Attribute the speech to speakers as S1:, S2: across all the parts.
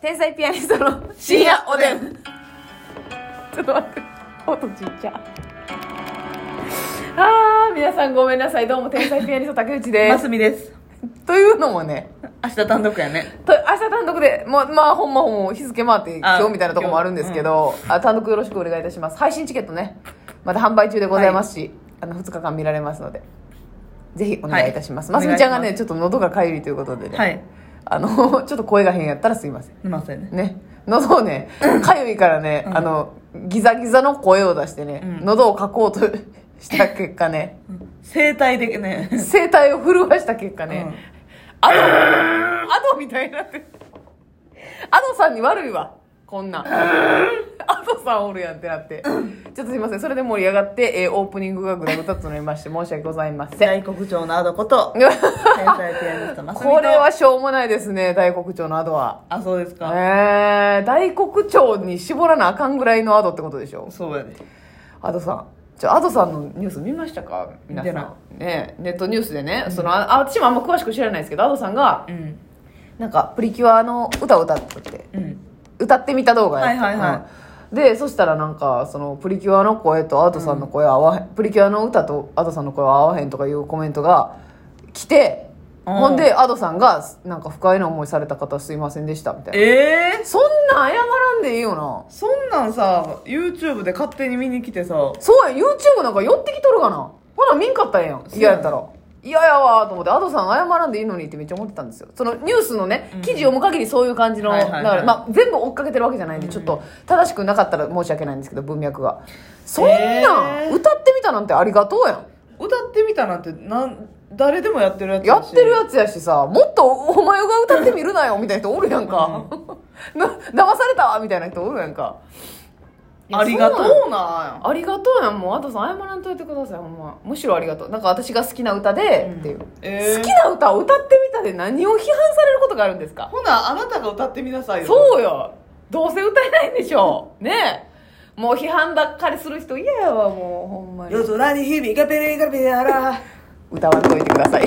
S1: 天才ピアニストの深夜おでん。ちょっと待って、音ちっちゃ。あー、皆さんごめんなさい。どうも天才ピアニスト竹内で。
S2: ますすみです
S1: というのもね、
S2: 明日単独やね
S1: と明日単独で、まあ、まあ、ほんまほんま日付回って今日みたいなとこもあるんですけど、あ単独よろしくお願いいたします。配信チケットね、また販売中でございますし、あの2日間見られますので、ぜひお願いいたします。
S2: はい
S1: ますみちゃんが
S2: お願い
S1: ね、
S2: し
S1: ちょっと喉がかゆいということでね、
S2: はい
S1: あの、 ちょっと声が変やったらすいません。
S2: いませんね
S1: ね喉をねかゆいからね、あのギザギザの声を出してね、
S2: うん
S1: 喉をかこうとした結果ね
S2: 生態的ね
S1: 声帯を震わした結果ね、アドアドみたいになってアドさんに悪いわこんなんアドさんおるやんってなって、ちょっとすいませんそれで盛り上がって、えーオープニングがぐだぐだとなりまして申し訳ございません
S2: 大黒町のアドこと天才ピアニストますみと
S1: これはしょうもないですね大黒町のアドは
S2: あそうですか
S1: えー、大黒町に絞らなあかんぐらいのアドってことでしょ
S2: そうやで
S1: アドさんちょアドさんのニュース見ましたか皆
S2: 見てな
S1: さん、ね、ネットニュースでね、そのああ私もあんま詳しく知らないですけどアドさんが
S2: うん
S1: なんかプリキュアの歌を歌ってて
S2: うん
S1: 歌ってみた動画やって
S2: はいはいはい
S1: うんでそしたらなんかそのプリキュアの声とアドさんの声合わへん、プリキュアの歌とアドさんの声は合わへんとかいうコメントが来て
S2: うん
S1: ほんでアドさんがなんか不快な思いされた方すいませんでしたみたいな
S2: ええ
S1: そんなん謝らんでいいよな
S2: そんなんさ YouTube で勝手に見に来てさ
S1: そうや YouTube なんか寄ってきとるがなほな見んかったんやん
S2: そう
S1: 嫌やったら嫌やわーと思ってアドさん謝らんでいいのにってめっちゃ思ってたんですよそのニュースのね記事読む限りそういう感じの、
S2: はいはいはい
S1: だからまあ、全部追っかけてるわけじゃないんで、ちょっと正しくなかったら申し訳ないんですけど文脈がそんなん、
S2: えー
S1: 歌ってみたなんてありがとうやん
S2: 歌ってみたなんてなん誰でもやってるやつ
S1: や
S2: だ
S1: っ
S2: して
S1: るやつやしさもっとお前が歌ってみるなよみたいな人おるやんか、 な騙されたわみたいな人おるやんか
S2: ありがと
S1: いやそうなん
S2: うな
S1: ありがとうやんもうあとさ謝らんといてくださいほんまむしろありがとうなんか私が好きな歌で、っていう、
S2: えー
S1: 好きな歌を歌ってみたで何を批判されることがあるんですか
S2: ほなあなたが歌ってみなさいよ
S1: そうよどうせ歌えないんでしょうねえもう批判ばっかりする人嫌やわもうほんまに
S2: 夜空に響かペレカペララ
S1: 歌わんといてください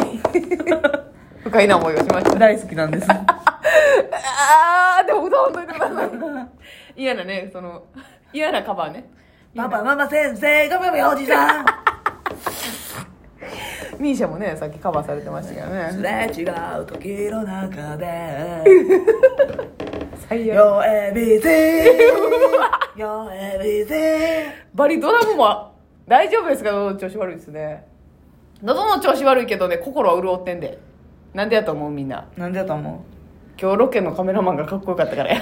S1: 不快な思いをしました
S2: 大好きなんです
S1: あーでも歌わんといてください嫌なねその嫌なカバーね
S2: パパママ先生がめめおじさん
S1: ミーシャもねさっきカバーされてましたけど
S2: す
S1: ね
S2: れ違う時の中で
S1: 最悪
S2: Your ABC Your ABC
S1: バリドラムも大丈夫ですか喉の調子悪いですね喉の調子悪いけどね心は潤ってんでなんでやと思うみんな
S2: なんでやと思
S1: 今日ロケのカメラマンがかっこよかったからや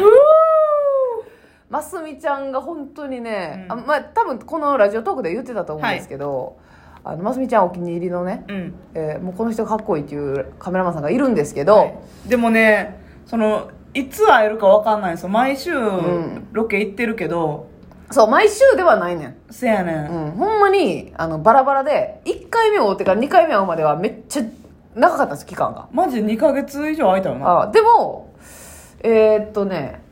S1: ますみちゃんが本当にね、
S2: うん
S1: あまあ多分このラジオトークで言ってたと思うんですけど、あのますみちゃんお気に入りのね、
S2: ううん
S1: えーもうこの人かっこいいっていうカメラマンさんがいるんですけど、
S2: はいでもねそのいつ会えるかわかんないんですよ毎週
S1: ん
S2: ロケ行ってるけど、
S1: そう毎週ではないねん
S2: せやねん、
S1: うん、ほんまにあのバラバラで1回目を追ってから2回目会うまではめっちゃ長かったんです期間が
S2: マジ2ヶ月以上空いたよな
S1: あでもえーっとね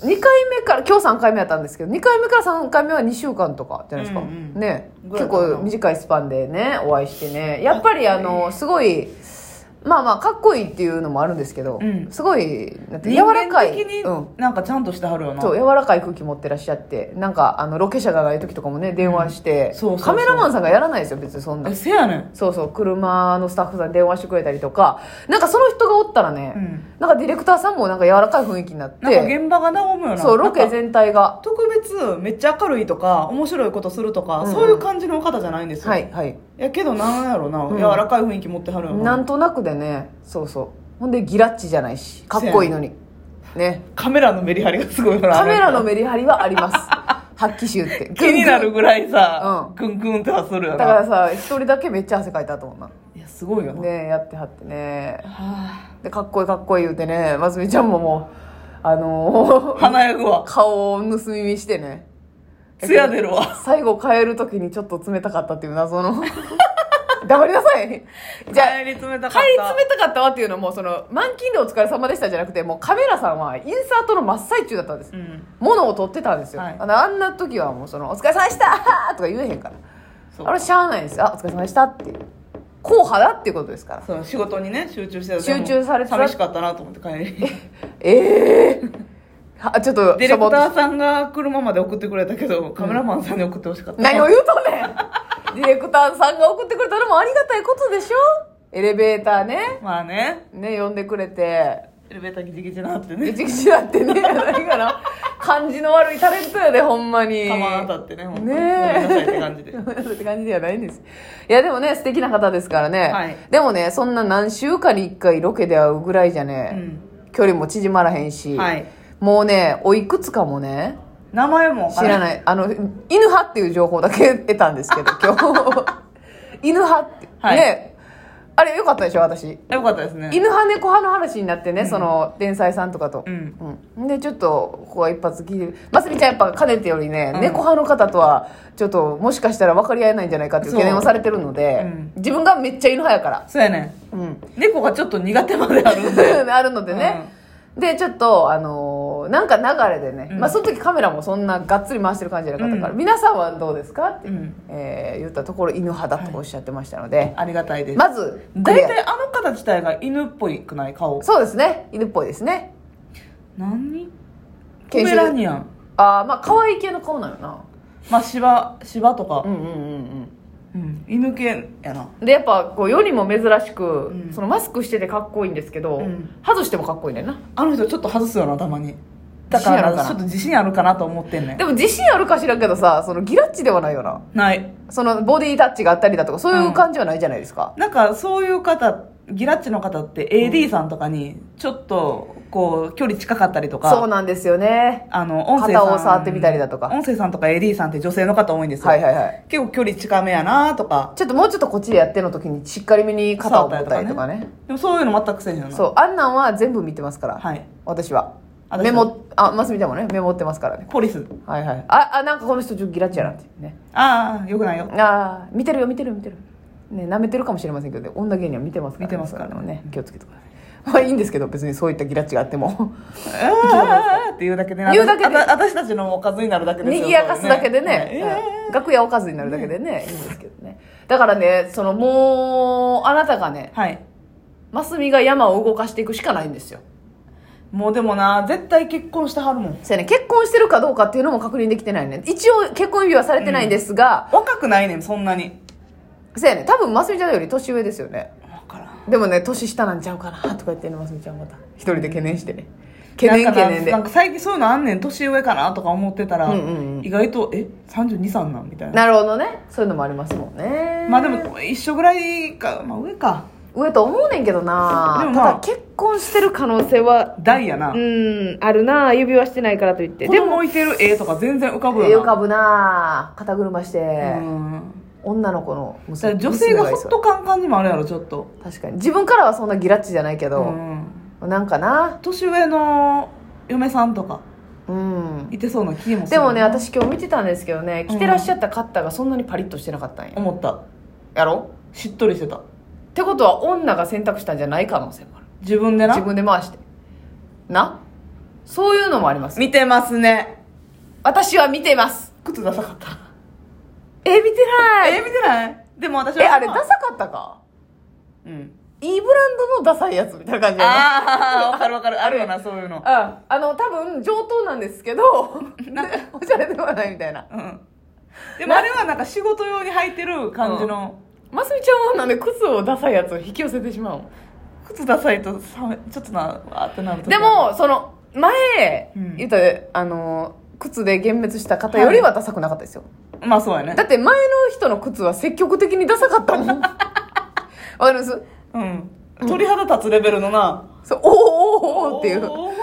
S1: 2回目から今日3回目やったんですけど2回目から3回目は2週間とかじゃないですか、
S2: うんうん
S1: ね
S2: ぐ
S1: 結
S2: らいかな
S1: 構短いスパンでねお会いしてねやっぱりあのすごいまあまあかっこいいっていうのもあるんですけど、
S2: うん
S1: すごいなんて柔
S2: 人
S1: らか
S2: 間
S1: い
S2: 的に
S1: うん
S2: なんかちゃんとしてはるよな、
S1: そう柔らかい空気持ってらっしゃってなんかあのロケ車がない時とかもね電話して、
S2: そうそうそう
S1: カメラマンさんがやらないですよ別にそんな
S2: えせやねん
S1: そうそう車のスタッフさんに電話してくれたりとかなんかその人がおったらね、
S2: うん
S1: なんかディレクターさんもなんか柔らかい雰囲気になっ
S2: なんか
S1: て
S2: 現場が和むよな
S1: そうロケ
S2: なんか
S1: 全体が
S2: 特別めっちゃ明るいとか面白いことするとか、
S1: うん
S2: そういう感じの方じゃないんですよ、
S1: はいはい
S2: やけどなんやろな、
S1: うん
S2: 柔らかい雰囲気持ってはるよ
S1: な
S2: なん
S1: となくでねそうそうほんでギラッチじゃないしかっこいいのにね
S2: カメラのメリハリがすごいよな
S1: カメラの
S2: メ
S1: メリハリはあります 発揮集って
S2: 気になるぐらいさ、
S1: うん
S2: クンクンってはするよ
S1: だか
S2: な
S1: らさ一人だけめっちゃ汗かいたと思うない
S2: やすごいよな、
S1: ねやってはってね
S2: は
S1: でかっこいいかっこいい言うてねますみちゃんももうあの
S2: あ、
S1: ー、
S2: 華やぐわ
S1: 顔を盗み見してね
S2: 艶出るわ
S1: 最後帰る時にちょっと冷たかったっていう 謎の黙りなさいじゃあ
S2: 帰り詰めたか
S1: 帰
S2: っ
S1: り
S2: た
S1: 詰めたかったわっていうのもその満勤でお疲れ様でしたじゃなくてもうカメラさんはインサートの真っ最中だったんです、
S2: うん
S1: 物を取ってたんですよ、
S2: はい
S1: あのあんな時はもうその「お疲れ様でした!」とか言えへんから
S2: そう
S1: あれしゃあないんですよ「あお疲れ様でした」っていう硬派だっていうことですから
S2: そう仕事にね集中してた
S1: 集中されてた
S2: 寂しかったなと思って帰り
S1: ええはちょっと
S2: ディレクタ
S1: サボっ
S2: ーさんが車まで送ってくれたけど、カメラマンさんに送ってほしかった。
S1: 何を言うとんねんディレクターさんが送ってくれたのもありがたいことでしょエレベーターね
S2: まあね、
S1: ね呼んでくれて
S2: エレベーターギチギチなって
S1: ギ
S2: ね、
S1: チギチだってねだから感じの悪いタレントやでほんまに
S2: たま当たってね、ほんとに。
S1: ね
S2: ごめんなさいって感じで。
S1: ごめんなさいって感じではないんですいやでもね素敵な方ですからね、
S2: はい
S1: でもねそんな何週間に1回ロケで会うぐらいじゃね、
S2: うん。
S1: 距離も縮まらへんし、
S2: はい
S1: もうねおいくつかもね
S2: 名前も
S1: 知ら
S2: い。
S1: ないあの犬派っていう情報だけ得たんですけど今 日犬派って、
S2: はい
S1: ねあれよかったでしょ私
S2: よかったですね。
S1: 犬派猫派の話になってね、その天才さんとかと、
S2: うん。
S1: うんでちょっとここは一発聞いてますみちゃんやっぱかねてよりね、
S2: うん
S1: 猫派の方とはちょっともしかしたら分かり合えないんじゃないかっていう懸念をされてるので、
S2: そううん
S1: 自分がめっちゃ犬派やから、
S2: そうやね。
S1: うん、
S2: 猫がちょっと苦手まであるんで。
S1: あるのでね、でちょっとあのーなんか流れでね、
S2: うん
S1: まあ、その時カメラもそんながっつり回してる感じじゃなかったから、
S2: う
S1: 皆さんはどうですかって、
S2: うん
S1: えー言ったところ犬派だとおっしゃってましたので、
S2: ありがたいです。
S1: まず
S2: 大
S1: クリ
S2: 体あの方自体が犬っぽいくない顔
S1: ア。そうですね犬っぽいですね
S2: 何ポ
S1: 犬種
S2: メラニアン。
S1: ああまあ可愛い系の顔なのな
S2: まあ、芝、芝とか
S1: う。んうんうんうん
S2: うん。犬系やな。
S1: でやっぱこう世にも珍しく、
S2: うん
S1: そのマスクしててかっこいいんですけど、
S2: うん
S1: 外してもかっこいいねんな
S2: あの人ちょっと外すよな、たまに。だか
S1: 自信
S2: ら
S1: あるかな
S2: な、ちょっと自信あるかなと思ってんねん
S1: で。も自信あるかしらんけどさそのギラッチではないよな
S2: ない。
S1: そのボディタッチがあったりだとかそういう感じはないじゃないですか、
S2: なんかそういう方ギラッチの方って AD さんとかにちょっとこう距離近かったりとか
S1: そうなんですよね
S2: あの音声さん
S1: 肩を触ってみたりだとか
S2: 音声さんとか AD さんって女性の方多いんですよ、
S1: はいはいはい
S2: 結構距離近めやなとか
S1: ちょっともうちょっとこっちでやっての時にしっかりめに肩を持ったりとかね
S2: でもそういうの全くせえへんよな
S1: そうあんなんは全部見てますから、
S2: はい
S1: 私は
S2: 私は
S1: メモあマスミちゃんもねメモってますからね
S2: ポリス
S1: はいはいああなんかこの人ちょっとギラッチやなっていうね
S2: ああよくないよ
S1: ああ見てるよ見てるよ見てるね舐めてるかもしれませんけどね女芸人は見てますから、
S2: 見てますから
S1: そういうのね気をつけてくださいまあいいんですけど別にそういったギラッチがあって も
S2: あーあーって言うだけでな
S1: 言うだけで
S2: あた私たちのおかずになるだけですよ
S1: 賑やかすだけでね
S2: はいえ
S1: うん楽屋おかずになるだけでねいいんですけどねだからねそのもうあなたがね
S2: ーはい
S1: ますみが山を動かしていくしかないんですよ
S2: もうでもな絶対結婚してはるもん
S1: そうやね結婚してるかどうかっていうのも確認できてないね一応結婚指輪されてないんですが、
S2: 若くないねんそんなに
S1: そうやね多分ますみちゃんより年上ですよね
S2: 分からん
S1: でもね年下なんちゃうかなとか言ってねますみちゃんまた一人で懸念してね懸念懸念で
S2: なんか最近そういうのあんねん年上かなとか思ってたら、
S1: うんうんうん
S2: 意外とえ三3 2 3なんみたいな
S1: なるほどねそういうのもありますもんね
S2: まあでも一緒ぐらいか、まあ、上か
S1: 上と思うねんけどな
S2: でもまあ
S1: ただ結婚してる可能性は
S2: 大やな、
S1: う
S2: 子
S1: んあるな指輪してないからといってで
S2: 供
S1: も
S2: 置いてる絵とか全然浮かぶよな
S1: え浮かぶな肩車して、
S2: うん
S1: 女の子の
S2: だか
S1: 娘
S2: ら女性が
S1: 娘い
S2: ほ
S1: そ
S2: っ
S1: う
S2: とかん感じもあるやろちょっと、
S1: 確かに自分からはそんなギラッチじゃないけ
S2: う
S1: ど、
S2: ん、
S1: なんかな
S2: 年上の嫁さんとか
S1: うん
S2: いてそうな気もす
S1: で
S2: る
S1: もね私今日見てたんですけどね着てらっしゃったカッターがそんなにパリッとしてなかったんや、
S2: 思った
S1: やろ
S2: しっとりしてた
S1: ってことは女が選択したんじゃない可能性もある
S2: 自分でな
S1: 自分で回してなそういうのもあります
S2: 見てますね
S1: 私は見てます
S2: 靴ダサかった
S1: え見てな
S2: え見てないでも私は
S1: えあれダサかったか
S2: うん
S1: いいブランドのダサいやつみたいな感じやな
S2: ああわかるわかるあるよなそういうの
S1: ああの多分上等なんですけど おしゃれではないみたいな
S2: うんでもあれはなんか仕事用に履いてる感じの、
S1: ますみちゃんはなんで靴をダサいやつを引き寄せてしまうの
S2: 靴ダサいとさめちょっとなわーってなる時
S1: でもその前、
S2: うん
S1: 言ったらあの靴で幻滅した方よりはダサくなかったですよ、
S2: まあそうやね
S1: だって前の人の靴は積極的にダサかったもんわかります
S2: うん鳥肌立つレベルのな、
S1: そうおーおーおーっていう
S2: おー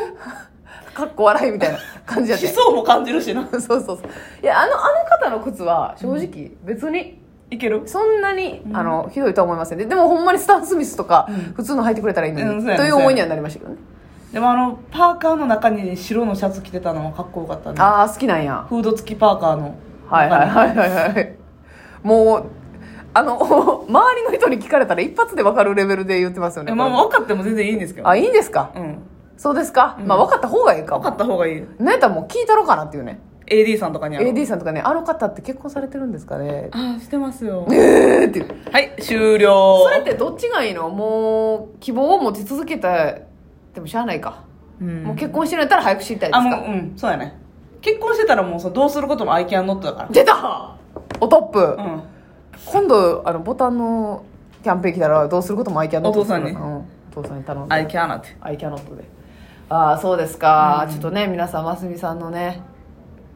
S1: かっこ笑いみたいな感じやっ
S2: 悲
S1: て
S2: 壮も感じるしな
S1: そうそうそういやあのあの方の靴は正直別に
S2: いける
S1: そんなに、あのひどいとは思いませんででもほんまにスタン・スミスとか普通の履いてくれたらいいのに、
S2: うんそうやね
S1: という思いにはなりましたけどね、
S2: でもあのパーカーの中に白のシャツ着てたのはかっこよかったね
S1: ああ好きなんや
S2: フード付きパーカーの
S1: はいはいはいはいはいもうあの 周りの人に聞かれたら一発で分かるレベルで言ってますよね
S2: えまあ
S1: こ
S2: まあ分かっても全然いいんですけ
S1: れ
S2: ど
S1: あいいんですか
S2: うん
S1: そうですか、まあ分かった方がいいか
S2: 分か
S1: も
S2: った方がいい
S1: なんやったらもう聞いたろかなっていうね
S2: AD さんとかにある
S1: AD さんとかねあの方って結婚されてるんですかね
S2: ああしてますよ
S1: えーっていう
S2: はい終了
S1: それってどっちがいいのもう希望を持ち続けたでもしゃあないか
S2: うん
S1: もう結婚してるんやったら早く知りたいで
S2: あ
S1: す
S2: も
S1: か
S2: ううんそうやね結婚してたらもうそうどうすることも I can not だか
S1: 出たおトップ、
S2: らうん
S1: 今度あのボタンのキャンペーン来たらどうすることもアイキャノット
S2: お父さんに
S1: うん、お父さんに頼んで
S2: I cannot
S1: アイキャノットでああそうですか、ちょっとね皆さんますみさんのね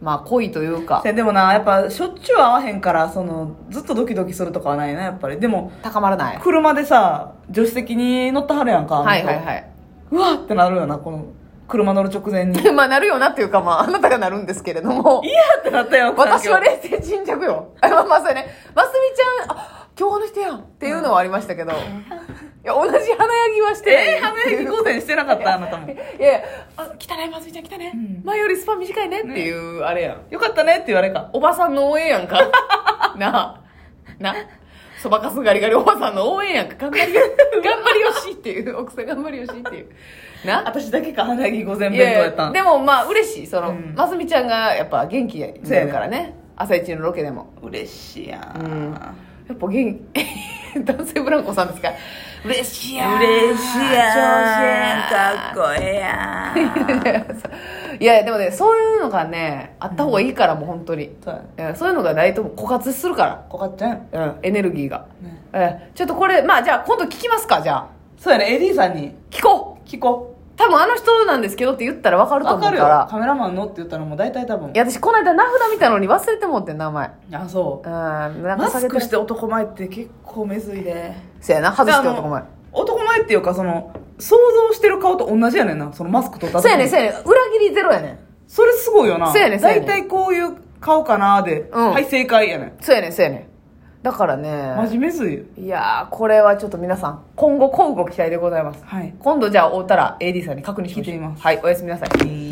S1: まあ恋というか
S2: せでもなやっぱしょっちゅう会わへんからそのずっとドキドキするとかはないなやっぱりでも
S1: 高まらない
S2: 車でさ助手席に乗ったはるやんか
S1: はいはい
S2: い、
S1: はいう
S2: わってなるよなこの車乗る直前にいや
S1: まあなるよなっていうかまああなたがなるんですけれども
S2: ってなったよ
S1: 私は
S2: ね
S1: 冷静沈着よあまあまあそうやねますみちゃんあ今日あの人やんっていうのはありましたけど、いや同じ花やぎはしてない
S2: えー、花焼き午前してなかったあなた も
S1: いやいやあ汚いますみちゃん汚い、
S2: ん
S1: 前よりスパン短いねっていう、あれやん
S2: よかったねって言われか
S1: おばさんの応援や んか。なあ。な。そばかすガリガリおばさんの応援やんか。頑張り よ、頑張りよしっていう。奥さん頑張りよしっていう。な。
S2: 私だけか花焼き午前
S1: い
S2: 弁当
S1: や
S2: や
S1: い
S2: った
S1: や
S2: ん
S1: でもまあ嬉しい。その、
S2: うん
S1: ますみちゃんがやっぱ元気や
S2: そうや
S1: る
S2: ね
S1: からね。朝一のロケでも。
S2: 嬉しいやん、
S1: やっぱ元気、 男性ブランコさんですから。 嬉しいやん
S2: 嬉しい
S1: 朝鮮
S2: やん
S1: かっ
S2: かっこええやん
S1: こいいいやいやでもね、そういうのがね、あった方がいいから、もう本当に。
S2: そうやね
S1: うんそういうのがないと枯渇するから。
S2: こかっちゃん
S1: うん、エネルギーが、
S2: ね
S1: ええちょっとこれまあじゃあ今度聞きますかじゃあ
S2: そうやね AD さんに
S1: 聞こう
S2: 聞こ
S1: 多分あの人なんですけどって言ったら分か
S2: う
S1: ると思
S2: わ
S1: うか
S2: からるよカメラマンのって言ったらもう大体多
S1: い
S2: 分
S1: や私この間名札見たのに忘れてもってん名前
S2: あそ
S1: うんな
S2: うん
S1: か
S2: マ
S1: 下
S2: ス
S1: げて
S2: クして男前って結構めずいで
S1: せやな外してよとかお前
S2: あの男前っていうかその想像してる顔と同じやねんなそのマスク取った
S1: せやねん
S2: 時
S1: せやねん裏切りゼロやねん
S2: それすごいよな
S1: そうやねんそうやねん
S2: 大体こういう顔かなーで、
S1: うん
S2: はい正解やねん
S1: そうやねんそうやねんだから
S2: マ
S1: ね
S2: ジめずいよ
S1: いやーこれはちょっと皆さん今後乞うご期待でございます
S2: はい
S1: 今度じゃあ会うたら AD さんに確認しましょう
S2: 聞いてみます
S1: はいおやすみなさい